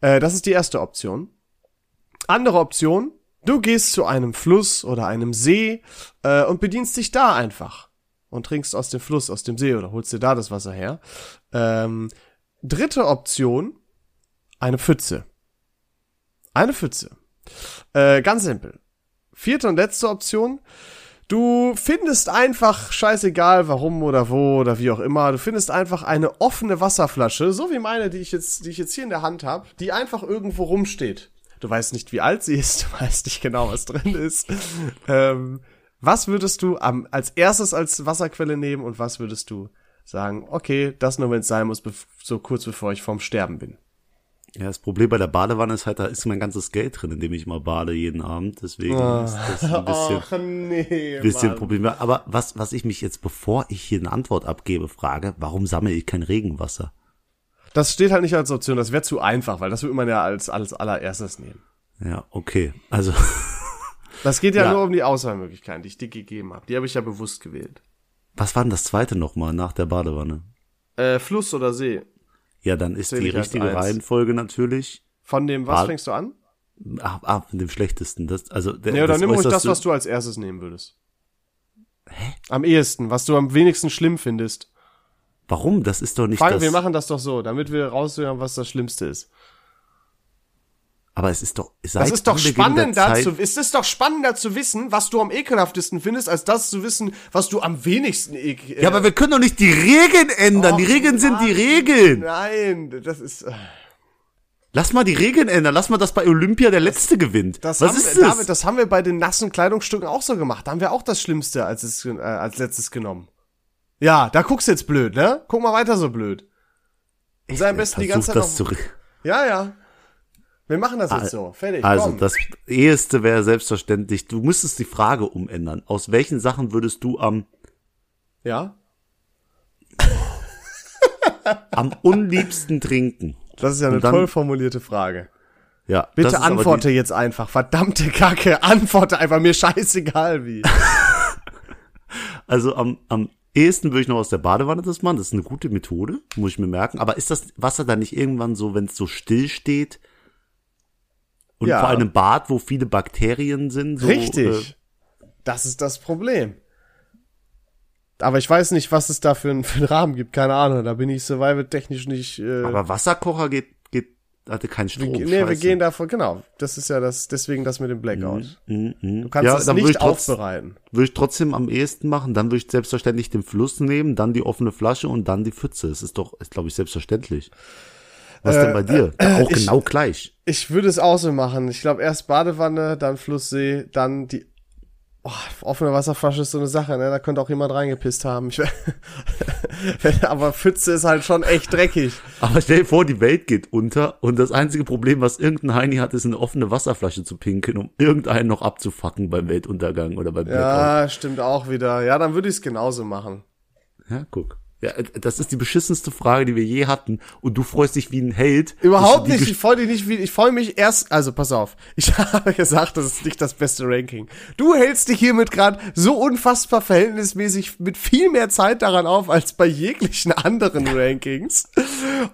Äh, das ist die erste Option. Andere Option, du gehst zu einem Fluss oder einem See äh, und bedienst dich da einfach und trinkst aus dem Fluss, aus dem See oder holst dir da das Wasser her. Ähm, dritte Option, eine Pfütze. Eine Pfütze. Äh, ganz simpel. Vierte und letzte Option, du findest einfach, scheißegal warum oder wo oder wie auch immer, du findest einfach eine offene Wasserflasche, so wie meine, die ich jetzt, die ich jetzt hier in der Hand habe, die einfach irgendwo rumsteht. Du weißt nicht, wie alt sie ist, du weißt nicht genau, was drin ist. Ähm, was würdest du am, als erstes als Wasserquelle nehmen und was würdest du sagen, okay, das nur, wenn es sein muss, bef- so kurz bevor ich vorm Sterben bin?
Ja, das Problem bei der Badewanne ist halt, da ist mein ganzes Geld drin, in dem ich mal bade jeden Abend. Deswegen
Ah.
ist das ein bisschen,
Oh, nee,
bisschen Problem. Aber was, was ich mich jetzt, bevor ich hier eine Antwort abgebe, frage, warum sammle ich kein Regenwasser?
Das steht halt nicht als Option, das wäre zu einfach, weil das würde man ja als, als allererstes nehmen.
Ja, okay. Also,
Das geht ja,
Ja.
nur um die Auswahlmöglichkeiten, die ich dir gegeben habe. Die habe ich ja bewusst gewählt.
was war denn das zweite nochmal nach der Badewanne?
Äh, Fluss oder See?
Ja, dann ist
Zähl
die
ich als
richtige
eins.
Reihenfolge natürlich.
Von dem, was
Bad-
fängst du an?
Ah, ah, von dem schlechtesten. Das, also der,
Ja, dann nimm ruhig das,
äußerste-
was du als erstes nehmen würdest. Hä? Am ehesten, was du am wenigsten schlimm findest.
Warum? Das ist doch nicht
Frank,
das.
wir machen das doch so, damit wir raushören, was das Schlimmste ist.
aber es ist doch. Seit
Das ist doch
Anbeginn der
spannender
Zeit,
zu, es ist doch spannender zu wissen, was du am ekelhaftesten findest, als das zu wissen, was du am wenigsten ekel.
Ja, aber wir können doch nicht die Regeln ändern. die Regeln sind die Regeln.
Nein, das ist. äh,
Lass mal die Regeln ändern. Lass mal, dass bei Olympia der Letzte gewinnt.
Das
Was
haben,
ist
wir,
das?
David, das haben wir bei den nassen Kleidungsstücken auch so gemacht. Da haben wir auch das Schlimmste als, es, äh, als letztes genommen. Ja, da guckst du jetzt blöd, ne? Guck mal weiter so blöd. Und sei am besten die ganze Zeit
das
noch.
zu
Ja, ja. Wir machen das jetzt so. Fertig.
Also,
komm.
das eheste wäre selbstverständlich. Du müsstest die Frage umändern. Aus welchen Sachen würdest du am,
ja.
am unliebsten trinken?
Das ist ja eine
dann-
toll formulierte Frage.
Ja, das
Bitte
ist aber
antworte jetzt einfach. Verdammte Kacke. Antworte einfach. Mir scheißegal wie.
Die, also am, am ehesten würde ich noch aus der Badewanne das machen. Das ist eine gute Methode, muss ich mir merken. Aber ist das Wasser dann nicht irgendwann so, wenn es so still steht? Und
Ja.
vor allem im Bad, wo viele Bakterien sind. So,
Richtig. äh, das ist das Problem. Aber ich weiß nicht, was es da für einen, für einen Rahmen gibt. Keine Ahnung. Da bin ich survival-technisch nicht. Äh,
Äh, aber Wasserkocher geht, geht, hatte keinen Strom.
nee,
Scheiße.
wir gehen davon. Genau. Das ist ja das. Deswegen das mit dem Blackout. Du kannst
Mhm, Ja,
das
dann würde ich
nicht
trotz-
aufbereiten.
würde ich trotzdem am ehesten machen. Dann würde ich selbstverständlich den Fluss nehmen, dann die offene Flasche und dann die Pfütze. Das ist doch, ist, glaube ich, selbstverständlich. Was
Äh,
denn bei dir? auch genau gleich.
Ich würde es auch so machen. Ich glaube, erst Badewanne, dann Flusssee, dann die. Oh, offene Wasserflasche ist so eine Sache, ne? Da könnte auch jemand reingepisst haben. Ich, aber Pfütze ist halt schon echt dreckig.
Aber stell dir vor, die Welt geht unter und das einzige Problem, was irgendein Heini hat, ist eine offene Wasserflasche zu pinkeln, um irgendeinen noch abzufacken beim Weltuntergang oder beim Blackout.
Ja, Ah, stimmt auch wieder. Ja, dann würde ich es genauso machen.
Ja, guck. Ja, das ist die beschissenste Frage, die wir je hatten. Und du freust dich wie ein Held. dass
Überhaupt
du die
nicht. Ich freue dich nicht. wie- Ich freue mich erst. Also pass auf. Ich habe gesagt, das ist nicht das beste Ranking. Du hältst dich hiermit gerade so unfassbar verhältnismäßig mit viel mehr Zeit daran auf als bei jeglichen anderen Rankings.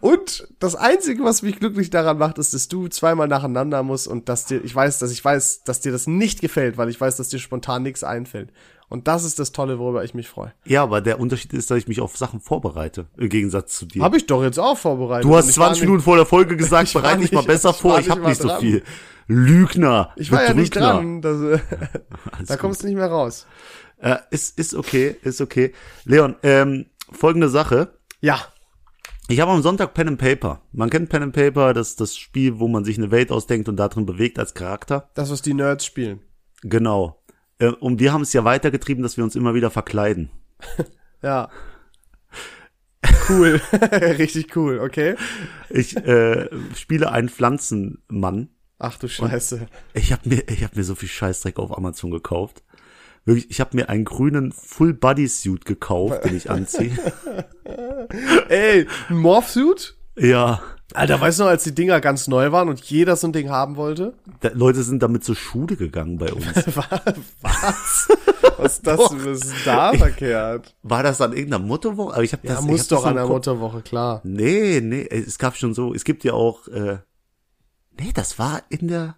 Und das einzige, was mich glücklich daran macht, ist, dass du zweimal nacheinander musst und dass dir. Ich weiß, dass ich weiß, dass dir das nicht gefällt, weil ich weiß, dass dir spontan nichts einfällt. Und das ist das Tolle, worüber ich mich freue.
Ja, aber der Unterschied ist, dass ich mich auf Sachen vorbereite, im Gegensatz zu dir.
Habe ich doch jetzt auch vorbereitet.
Du
Und
hast
ich war
20
nicht-
Minuten vor der Folge gesagt,
war
bereite dich mal
nicht-
besser
ich war
vor, ich habe
nicht
nicht
mal
so
dran.
viel. Lügner.
Ich war ja nicht
Betrügner.
dran. Das, äh, da kommst du nicht mehr raus.
Äh, ist, ist okay, ist okay. Leon, ähm, folgende Sache.
Ja.
Ich habe am Sonntag Pen and Paper. Man kennt Pen and Paper, das ist das Spiel, wo man sich eine Welt ausdenkt und darin bewegt als Charakter.
Das, was die Nerds spielen.
Genau. Äh, und wir haben es ja weitergetrieben, dass wir uns immer wieder verkleiden.
Ja. Cool. Richtig cool, okay?
Ich äh, spiele einen Pflanzenmann.
Ach du Scheiße.
Ich habe mir, ich hab mir so viel Scheißdreck auf Amazon gekauft. Wirklich, ich habe mir einen grünen Full-Body-Suit gekauft, den ich anziehe.
Ey, ein Morphsuit?
ja.
Alter, weißt du noch, als die Dinger ganz neu waren und jeder so ein Ding haben wollte?
Da, Leute sind damit zur Schule gegangen bei uns.
Was? was ist das? Was ist da verkehrt?
War das an irgendeiner Mutterwoche? Aber ich habe das.
Da
ich
muss
hab
doch
das noch
an der
im Kopf-
Mutterwoche, klar.
Nee, nee, es gab schon so. Es gibt ja auch. Äh, nee, das war in der.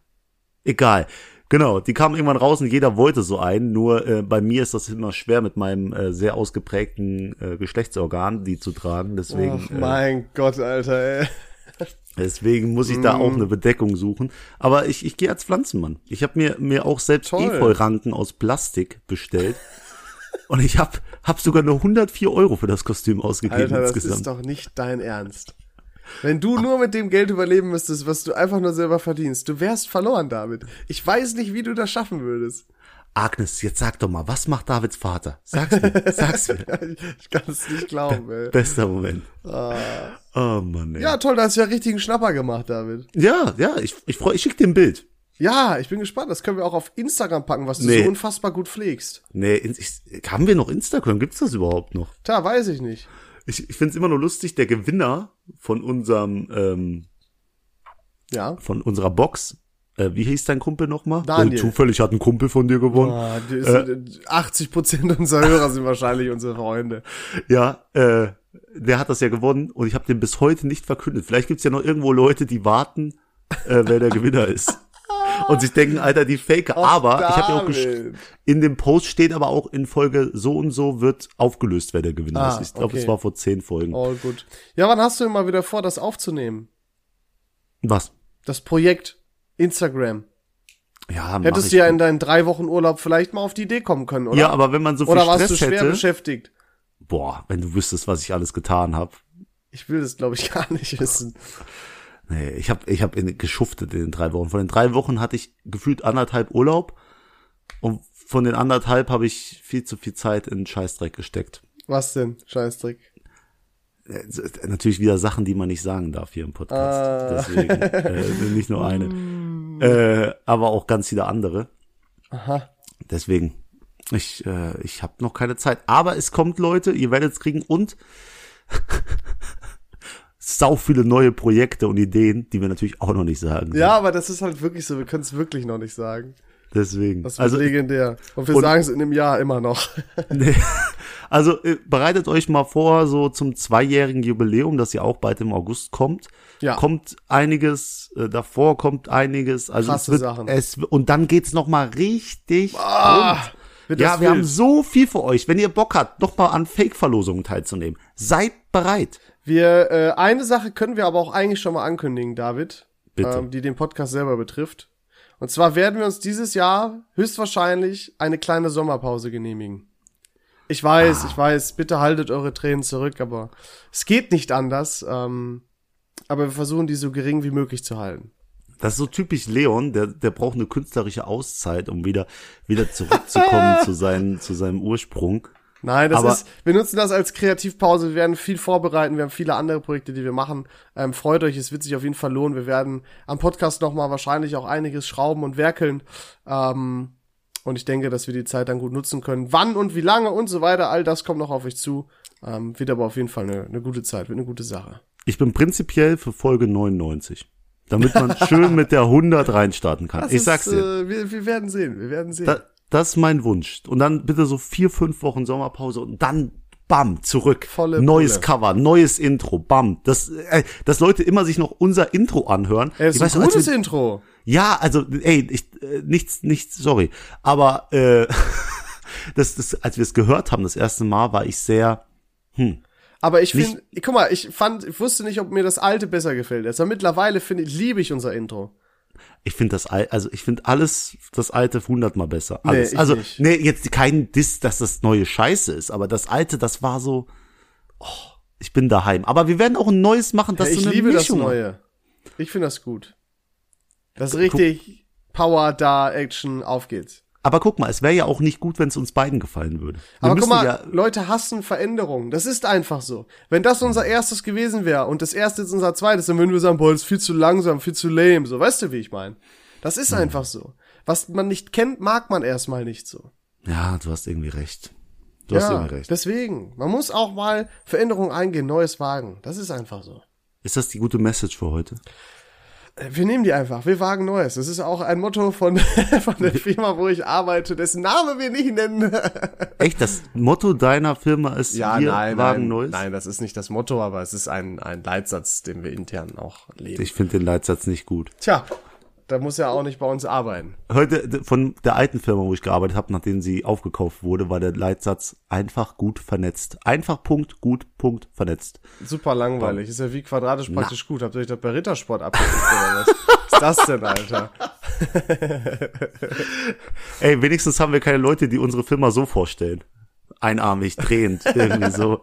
Egal. Genau, die kamen irgendwann raus und jeder wollte so einen. Nur äh, bei mir ist das immer schwer mit meinem äh, sehr ausgeprägten äh, Geschlechtsorgan, die zu tragen. Deswegen.
Ach,
äh,
mein Gott, Alter, ey.
Deswegen muss ich da auch
Mm.
eine Bedeckung suchen. Aber ich, ich gehe als Pflanzenmann. Ich habe mir, mir auch selbst
Toll.
Efeu-Ranken aus Plastik bestellt. Und ich habe hab sogar nur 104 Euro für das Kostüm ausgegeben
Alter, das ist
insgesamt.
doch nicht dein Ernst. Wenn du nur mit dem Geld überleben müsstest, was du einfach nur selber verdienst, du wärst verloren damit. Ich weiß nicht, wie du das schaffen würdest.
Agnes, jetzt sag doch mal, was macht Davids Vater? Sag's mir, sag's mir.
Ich kann es nicht glauben, ey.
Bester Moment. Oh Mann, ey.
Ah. Ja, toll, da hast du ja richtigen Schnapper gemacht, David.
ja, ja ich, ich freue, ich schick dir ein Bild.
Ja, ich bin gespannt. Das können wir auch auf Instagram packen, was du
Nee.
so unfassbar gut pflegst.
Nee, in- ich, haben wir noch Instagram? Gibt's das überhaupt noch?
Tja, weiß ich nicht.
Ich, ich find's immer nur lustig, der Gewinner von unserem ähm,
Ja.
von unserer Box. Äh, wie hieß dein Kumpel nochmal?
Daniel.
Äh, zufällig hat ein Kumpel von dir gewonnen.
Ah, die ist,
Äh.
80% unserer Hörer sind wahrscheinlich unsere Freunde.
Ja, äh, der hat das ja gewonnen und ich habe den bis heute nicht verkündet. Vielleicht gibt's ja noch irgendwo Leute, die warten, äh, wer der Gewinner ist. Und sich denken, Alter, die Fake. aber ich habe ja auch gesch-
David.
in dem Post steht aber auch in Folge so und so wird aufgelöst, wer der Gewinner
Ah,
ist. Ich glaube,
okay.
es war vor zehn Folgen.
Oh, gut. Ja, wann hast du immer wieder vor, das aufzunehmen?
Was?
Das Projekt Instagram.
Ja, mach
Hättest
ich.
du ja in deinen drei Wochen Urlaub vielleicht mal auf die Idee kommen können, oder?
ja, aber wenn man so viel
oder warst
Stress
du schwer
hätte,
beschäftigt?
boah, wenn du wüsstest, was ich alles getan habe.
Ich will das, glaube ich, gar nicht wissen.
Nee, ich habe ich hab in, geschuftet in den drei Wochen. Von den drei Wochen hatte ich gefühlt anderthalb Urlaub und von den anderthalb habe ich viel zu viel Zeit in Scheißdreck gesteckt.
Was denn? Scheißdreck.
Äh, s- äh, Natürlich wieder Sachen, die man nicht sagen darf hier im Podcast.
Ah. Mm.
Deswegen äh, nicht nur eine. äh, aber auch ganz viele andere.
Aha.
Deswegen, ich, äh, ich habe noch keine Zeit. Aber es kommt, Leute, ihr werdet es kriegen und sau viele neue Projekte und Ideen, die wir natürlich auch noch nicht sagen.
Ja, aber das ist halt wirklich so. Wir können es wirklich noch nicht sagen.
Deswegen.
Das wird
Also,
legendär. Und wir
und-
sagen es in einem Jahr immer noch.
nee. also äh, bereitet euch mal vor, so zum zweijährigen Jubiläum, das ja auch bald im August kommt.
Ja.
Kommt einiges äh, davor, kommt einiges. Also
Krasse
es wird,
Sachen. Ah,
Es, und dann geht's noch mal richtig rund.
Wird
Ja,
das
wir
wild.
haben so viel für euch. Wenn ihr Bock habt, nochmal an Fake-Verlosungen teilzunehmen, seid bereit.
Wir, äh, eine Sache können wir aber auch eigentlich schon mal ankündigen, David,
Bitte.
Ähm, die den Podcast selber betrifft. Und zwar werden wir uns dieses Jahr höchstwahrscheinlich eine kleine Sommerpause genehmigen. Ich weiß, ich weiß, bitte haltet eure Tränen zurück, aber es geht nicht anders. Ähm, aber wir versuchen, die so gering wie möglich zu halten.
Das ist so typisch Leon, der, der braucht eine künstlerische Auszeit, um wieder, wieder zurückzukommen zu, seinen, zu seinem Ursprung.
Nein, das
Aber-
ist, wir nutzen das als Kreativpause. Wir werden viel vorbereiten. Wir haben viele andere Projekte, die wir machen. Ähm, freut euch, es wird sich auf jeden Fall lohnen. Wir werden am Podcast nochmal wahrscheinlich auch einiges schrauben und werkeln. Ähm, und ich denke, dass wir die Zeit dann gut nutzen können. Wann und wie lange und so weiter, all das kommt noch auf euch zu. Ähm, wird aber auf jeden Fall eine, eine gute Zeit, wird eine gute Sache.
Ich bin prinzipiell für Folge 99. Damit man schön mit der 100 reinstarten kann. ich sag's dir.
Äh, wir, wir werden sehen, wir werden sehen.
Da, das ist mein Wunsch. Und dann bitte so vier, fünf Wochen Sommerpause und dann bam, zurück.
Volle
neues
Pulle.
Cover, neues Intro, bam. Das, äh, dass Leute immer sich noch unser Intro anhören.
Ey,
Ich
das ist
weiß
ein
noch, als
gutes
wir-
Intro.
Ja, also, ey, ich, äh, nichts, nichts, sorry. Aber äh, das, das, als wir es gehört haben, das erste Mal, war ich sehr.
Aber ich finde, guck mal, ich fand, ich wusste nicht, ob mir das alte besser gefällt. Also mittlerweile finde ich, liebe ich unser Intro.
Ich finde das, al- also ich finde alles, das alte hundertmal besser. Alles.
ich
also,
nicht.
nee, jetzt kein Diss, dass das neue Scheiße ist, aber das alte, das war so, oh, ich bin daheim. Aber wir werden auch ein neues machen, das
ich
so eine
liebe
Mischung.
das Neue. Ich finde das gut. Das ist richtig Power da, Action, auf geht's.
Aber guck mal, es wäre ja auch nicht gut, wenn es uns beiden gefallen würde. Wir
Aber guck
müssen
mal,
ja,
Leute hassen Veränderungen. Das ist einfach so. Wenn das unser erstes gewesen wäre und das erste ist unser zweites, dann würden wir sagen, boah, das ist viel zu langsam, viel zu lame. So, weißt du, wie ich meine? Das
Mhm.
ist einfach so. Was man nicht kennt, mag man erstmal nicht so.
ja, du hast irgendwie recht. Du hast irgendwie recht.
deswegen. Man muss auch mal Veränderungen eingehen, Neues wagen. Das ist einfach so.
Ist das die gute Message für heute?
Wir nehmen die einfach. Wir wagen Neues. Das ist auch ein Motto von, von der Firma, wo ich arbeite, dessen Name wir nicht nennen.
Echt, das Motto deiner Firma ist wir wagen Neues?
Nein, das ist nicht das Motto, aber es ist ein, ein Leitsatz, den wir intern auch leben.
Ich finde den Leitsatz nicht gut.
Tja, da muss ja auch nicht bei uns arbeiten.
Heute d- von der alten Firma, wo ich gearbeitet habe, nachdem sie aufgekauft wurde, war der Leitsatz einfach gut vernetzt. Einfach Punkt, gut, Punkt, vernetzt.
Super langweilig. Ist ja wie quadratisch praktisch gut. Habt ihr euch das bei Rittersport abgeguckt oder was? Was ist das denn, Alter?
Ey, wenigstens haben wir keine Leute, die unsere Firma so vorstellen. Einarmig, drehend, irgendwie so.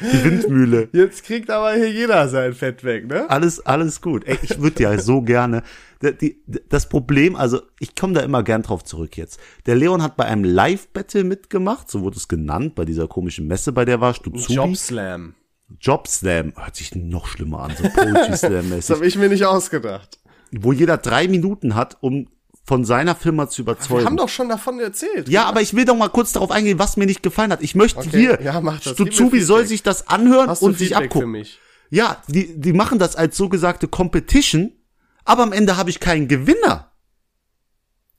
Die Windmühle.
Jetzt kriegt aber hier jeder sein Fett weg, ne?
Alles, alles gut. Ey, ich würde ja so gerne. d- Die, d- das Problem, also ich komme da immer gern drauf zurück jetzt. Der Leon hat bei einem Live-Battle mitgemacht, so wurde es genannt, bei dieser komischen Messe, bei der warst du zu.
Jobslam.
Jobslam. Hört sich noch schlimmer an, so Poetry
Das
Slam-mäßig.
habe ich mir nicht ausgedacht.
Wo jeder drei Minuten hat, um von seiner Firma zu
Wir haben
überzeugen.
doch schon davon erzählt.
Ja, aber ich will doch mal kurz darauf eingehen, was mir nicht gefallen hat. Ich möchte hier,
ja, mach das. Gib mir
Stuzubi soll
Feedback.
sich das anhören
Hast du
und sich
Feedback für
abgucken.
mich?
Ja, die, die machen das als sogenannte Competition, aber am Ende habe ich keinen Gewinner.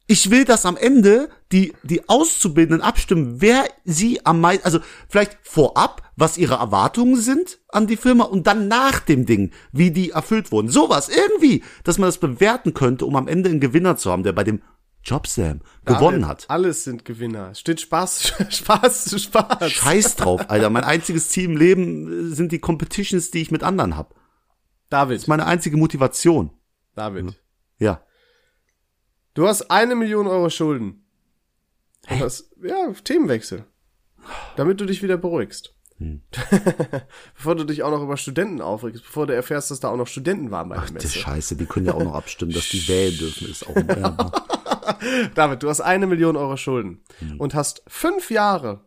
Ich will, dass am Ende die, die Auszubildenden abstimmen, wer sie am meisten, also vielleicht vorab, was ihre Erwartungen sind an die Firma und dann nach dem Ding, wie die erfüllt wurden. Sowas irgendwie, dass man das bewerten könnte, um am Ende einen Gewinner zu haben, der bei dem Jobslam gewonnen hat.
Alles sind Gewinner. Es Steht Spaß, Spaß zu Spaß.
Scheiß drauf, Alter. Mein einziges Ziel im Leben äh, sind die Competitions, die ich mit anderen habe.
David,
Meine einzige Motivation.
David.
Ja.
Du hast eine Million Euro Schulden. Und Das, ja, Themenwechsel. Damit du dich wieder beruhigst. Hm. bevor du dich auch noch über Studenten aufregst, bevor du erfährst, dass da auch noch Studenten waren bei der
Ach,
Messe.
die Scheiße, die können ja auch noch abstimmen, dass die wählen dürfen, ist auch unbeirrbar.
David, du hast eine Million Euro Schulden
Hm.
und hast fünf Jahre,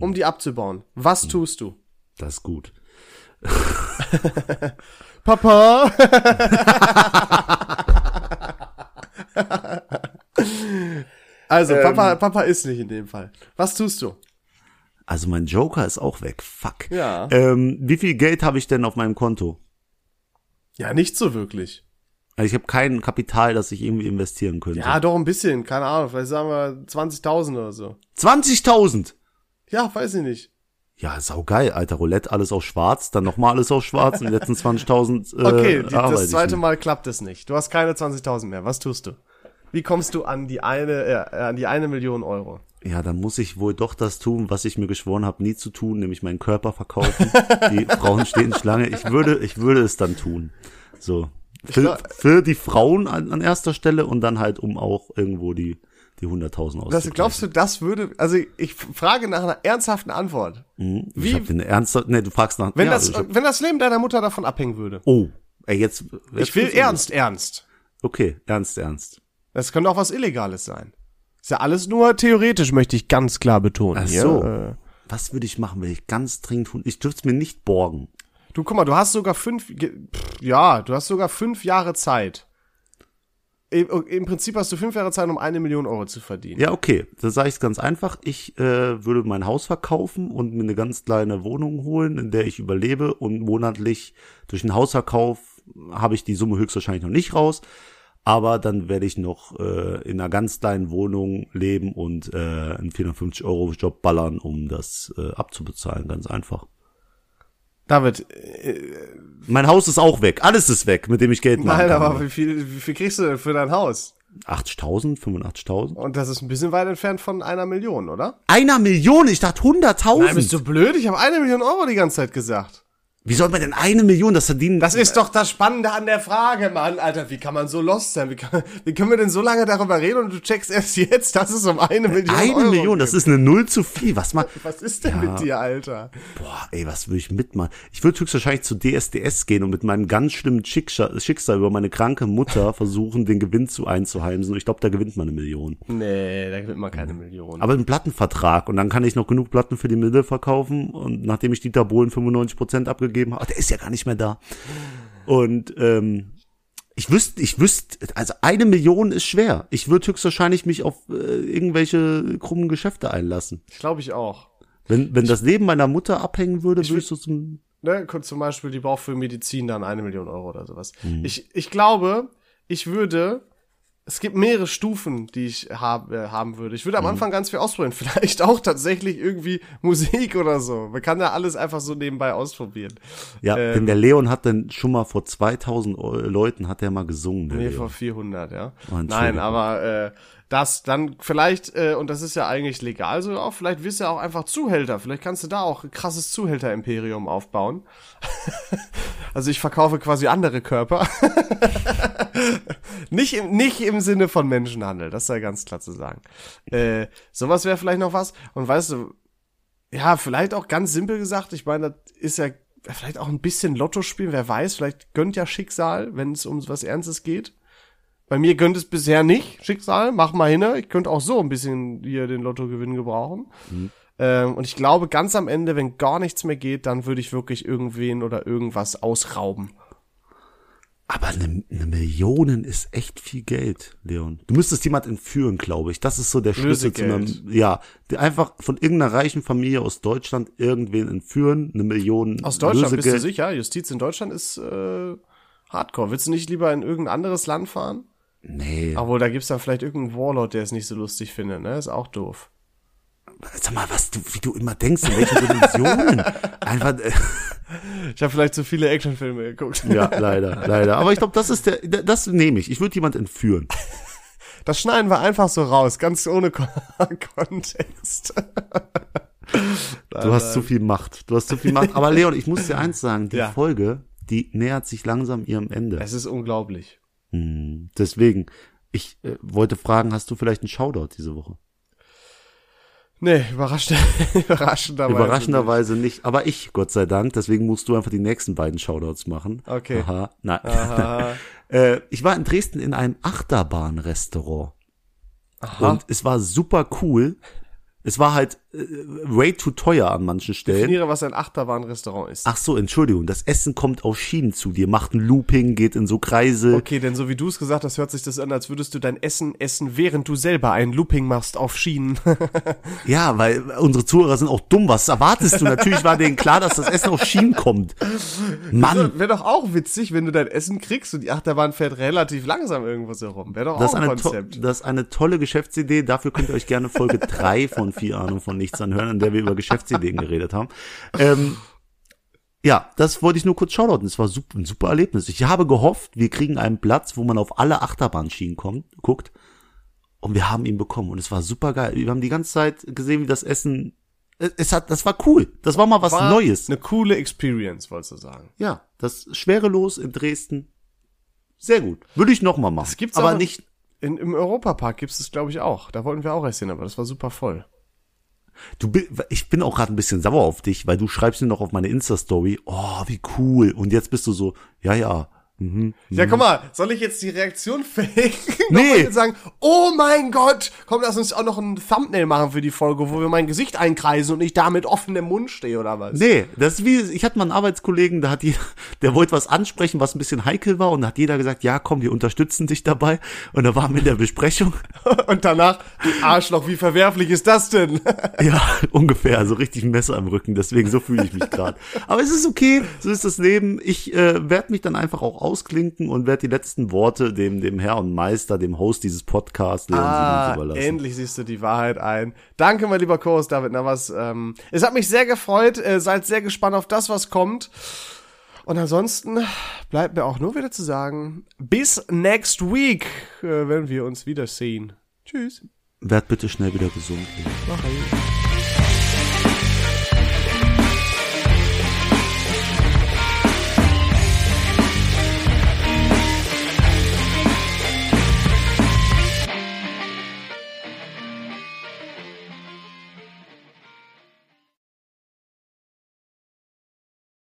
um die abzubauen. Was
Hm.
tust du?
Das ist gut.
Papa! also, Papa, Papa ist nicht in dem Fall. Was tust du?
Also mein Joker ist auch weg. Fuck.
Ja.
Ähm, wie viel Geld habe ich denn auf meinem Konto?
Ja, nicht so wirklich.
Also ich habe kein Kapital, das ich irgendwie investieren könnte.
Ja, doch ein bisschen, keine Ahnung, vielleicht sagen wir 20.000 oder so.
20.000!
Ja, weiß ich nicht.
Ja, saugeil, alter. Roulette, alles auf schwarz, dann nochmal alles auf schwarz und die letzten 20.000 äh,
Okay, die,
arbeite
das
ich
zweite
mit.
Mal klappt es nicht. Du hast keine 20.000 mehr. Was tust du? Wie kommst du an die eine, äh, an die eine Million Euro?
Ja, dann muss ich wohl doch das tun, was ich mir geschworen habe, nie zu tun, nämlich meinen Körper verkaufen. die Frauen stehen Schlange. Ich würde, ich würde es dann tun. So. Für, für die Frauen an, an erster Stelle und dann halt, um auch irgendwo die, die 100.000 auszugleichen.
Das, glaubst du, das würde, also ich frage nach einer ernsthaften Antwort.
Ich hab den ernsthaft, nee, du fragst nach,
Wenn
ja,
das,
ich hab,
wenn das Leben deiner Mutter davon abhängen würde.
oh, ey, jetzt, jetzt
Ich will
wird's
ernst, ernst.
irgendwie- Okay, ernst, ernst.
Das könnte auch was Illegales sein. Ist ja alles nur theoretisch, möchte ich ganz klar betonen.
Ach
hier.
so.
Äh,
Was würde ich machen, wenn ich ganz dringend tun? Ich dürfte es mir nicht borgen.
Du, guck mal, du hast sogar fünf, ge- pff, ja, du hast sogar fünf Jahre Zeit. Im, Im Prinzip hast du fünf Jahre Zeit, um eine Million Euro zu verdienen.
Ja, okay, dann sage ich es ganz einfach. Ich äh, würde mein Haus verkaufen und mir eine ganz kleine Wohnung holen, in der ich überlebe und monatlich durch den Hausverkauf habe ich die Summe höchstwahrscheinlich noch nicht raus. Aber dann werde ich noch äh, in einer ganz kleinen Wohnung leben und äh, einen 450-Euro-Job ballern, um das äh, abzubezahlen, ganz einfach.
David, äh,
Mein Haus ist auch weg. Alles ist weg, mit dem ich Geld machen
nein,
kann.
aber wie viel, wie viel kriegst du denn für dein Haus?
80.000, 85.000?
Und das ist ein bisschen weit entfernt von einer Million, oder?
Einer Million? Ich dachte
Nein,
100.000.
bist du blöd? Ich habe eine Million Euro die ganze Zeit gesagt.
Wie soll man denn eine Million das verdienen?
Das ist doch das Spannende an der Frage, Mann. Alter, wie kann man so lost sein? Wie, kann, wie können wir denn so lange darüber reden und du checkst erst jetzt, dass es um eine Million
eine
Euro
Million, das ist eine Null zu viel. Was mal,
Was ist denn mit dir, Alter?
boah, ey, was würde ich mitmachen? Ich würde höchstwahrscheinlich zu DSDS gehen und mit meinem ganz schlimmen Schicksal, Schicksal über meine kranke Mutter versuchen, den Gewinn zu einzuheimsen. Und ich glaube, da gewinnt man eine Million.
Nee, da gewinnt man keine Million.
Aber einen Plattenvertrag. Und dann kann ich noch genug Platten für die Mittel verkaufen. Und nachdem ich Dieter Bohlen 95% abgegeben habe, ach, der ist ja gar nicht mehr da. Und ähm, ich wüsste, ich wüsste, also eine Million ist schwer. Ich würde höchstwahrscheinlich mich auf äh, irgendwelche krummen Geschäfte einlassen.
Ich glaube ich auch.
Wenn, wenn das Leben meiner Mutter abhängen würde, würde ich so zum.
Ne, guck zum Beispiel, die braucht für Medizin dann eine Million Euro oder sowas.
Mhm.
Ich, ich glaube, ich würde. Es gibt mehrere Stufen, die ich hab, äh, haben würde. Ich würde
Mhm.
am Anfang ganz viel ausprobieren. Vielleicht auch tatsächlich irgendwie Musik oder so. Man kann da alles einfach so nebenbei ausprobieren.
Ja, denn der Leon hat dann schon mal vor 2000 Eu- Leuten hat er mal gesungen. Der
Nee,
Leon.
vor 400, ja.
Oh, Entschuldigung.
Nein, aber äh, das dann vielleicht, äh, und das ist ja eigentlich legal so auch, vielleicht wirst du ja auch einfach Zuhälter. Vielleicht kannst du da auch ein krasses Zuhälter-Imperium aufbauen. also ich verkaufe quasi andere Körper. nicht, im, nicht im Sinne von Menschenhandel, das sei ganz klar zu sagen. Äh, sowas wäre vielleicht noch was. Und weißt du, ja, vielleicht auch ganz simpel gesagt, ich meine, das ist ja vielleicht auch ein bisschen Lotto spielen, wer weiß, vielleicht gönnt ja Schicksal, wenn es um was Ernstes geht. Bei mir gönnt es bisher nicht, Schicksal, mach mal hin, ich könnte auch so ein bisschen hier den Lottogewinn gebrauchen. Ähm, und ich glaube, ganz am Ende, wenn gar nichts mehr geht, dann würde ich wirklich irgendwen oder irgendwas ausrauben.
Aber eine, eine Million ist echt viel Geld, Leon. Du müsstest jemand entführen, glaube ich. Das ist so der Schlüssel zu einem,
Lösegeld.
ja, die einfach von irgendeiner reichen Familie aus Deutschland irgendwen entführen, eine Million
Aus Deutschland, bist du
Lösegeld.
sicher? Justiz in Deutschland ist äh, hardcore. Willst du nicht lieber in irgendein anderes Land fahren?
Nee,
Obwohl, da gibt's dann vielleicht irgendeinen Warlord, der es nicht so lustig findet, ne? Ist auch doof.
sag mal, was du, wie du immer denkst, in welchen Dimensionen. Einfach, äh,
Ich habe vielleicht zu viele Actionfilme geguckt.
ja, leider, leider. Aber ich glaube, das ist der, das nehme ich. Ich würde jemand entführen.
Das schneiden wir einfach so raus, ganz ohne Kon Kontext.
Du hast zu viel Macht. Du hast zu viel Macht. Aber Leon, ich muss dir eins sagen, die
Äh, Ja.
Folge, die nähert sich langsam ihrem Ende.
Es ist unglaublich.
Hm, Deswegen, ich äh, wollte fragen, hast du vielleicht einen Shoutout diese Woche?
Nee, überraschend, überraschenderweise.
Überraschenderweise nicht. Aber ich, Gott sei Dank. Deswegen musst du einfach die nächsten beiden Shoutouts machen.
Okay.
Aha, nein.
Aha.
Äh, ich war in Dresden in einem Achterbahnrestaurant. Und es war super cool. Es war halt äh, way too teuer an manchen Stellen.
Definiere, was ein Achterbahnrestaurant ist.
Ach so, Entschuldigung, das Essen kommt auf Schienen zu dir, macht ein Looping, geht in so Kreise.
Okay, denn so wie du es gesagt hast, hört sich das an, als würdest du dein Essen essen, während du selber einen Looping machst auf Schienen.
Ja, weil unsere Zuhörer sind auch dumm. Was erwartest du? Natürlich war denen klar, dass das Essen auf Schienen kommt. Mann,
Wäre doch auch witzig, wenn du dein Essen kriegst und die Achterbahn fährt relativ langsam irgendwo so rum. Wäre doch
das ist,
auch ein
eine to-
Konzept.
das ist eine tolle Geschäftsidee. Dafür könnt ihr euch gerne Folge drei von Vier Ahnung von Nichts anhören, in der wir über Geschäftsideen geredet haben. Ähm, ja, das wollte ich nur kurz shoutouten. Es war sup- ein super Erlebnis. Ich habe gehofft, wir kriegen einen Platz, wo man auf alle Achterbahnschienen kommt, guckt. Und wir haben ihn bekommen. Und es war super geil. Wir haben die ganze Zeit gesehen, wie das Essen. Es es hat, das war cool. Das war mal was
War ne-
Neues.
Eine coole Experience, wolltest du sagen.
Ja, das Schwerelos in Dresden. Sehr gut. Würde ich nochmal machen.
Das gibt's
aber
aber-
nicht.
In, Im Europapark gibt's das, glaube ich, auch. Da wollten wir auch erst hin, aber das war super voll.
Du, bi- ich bin auch gerade ein bisschen sauer auf dich, weil du schreibst mir noch auf meine Insta-Story, oh, wie cool. Und jetzt bist du so, ja, ja. Mhm.
Ja, guck mal, soll ich jetzt die Reaktion fake?
Nee.
Nee. sagen, oh mein Gott, komm, lass uns auch noch ein Thumbnail machen für die Folge, wo wir mein Gesicht einkreisen und ich da mit offenem Mund stehe oder was?
Nee, das ist wie, ich hatte mal einen Arbeitskollegen, da hat jeder, der wollte was ansprechen, was ein bisschen heikel war, und da hat jeder gesagt, ja, komm, wir unterstützen dich dabei. Und da waren wir in der Besprechung.
Und danach, du Arschloch, wie verwerflich ist das denn?
Ja, ungefähr, also richtig ein Messer im Rücken, deswegen so fühle ich mich gerade. Aber es ist okay, so ist das Leben. Ich äh, werde mich dann einfach auch ausklinken und werde die letzten Worte dem dem Herr und Meister, dem Host dieses Podcasts, Leon
Ah,
Siemens überlassen.
endlich siehst du die Wahrheit ein. Danke, mein lieber Chorus David Navas. Ähm, es hat mich sehr gefreut. Äh, seid sehr gespannt auf das, was kommt. Und ansonsten bleibt mir auch nur wieder zu sagen, bis next week, äh, wenn wir uns wiedersehen. Tschüss.
Werd bitte schnell wieder gesund. Leo.
Mach halt.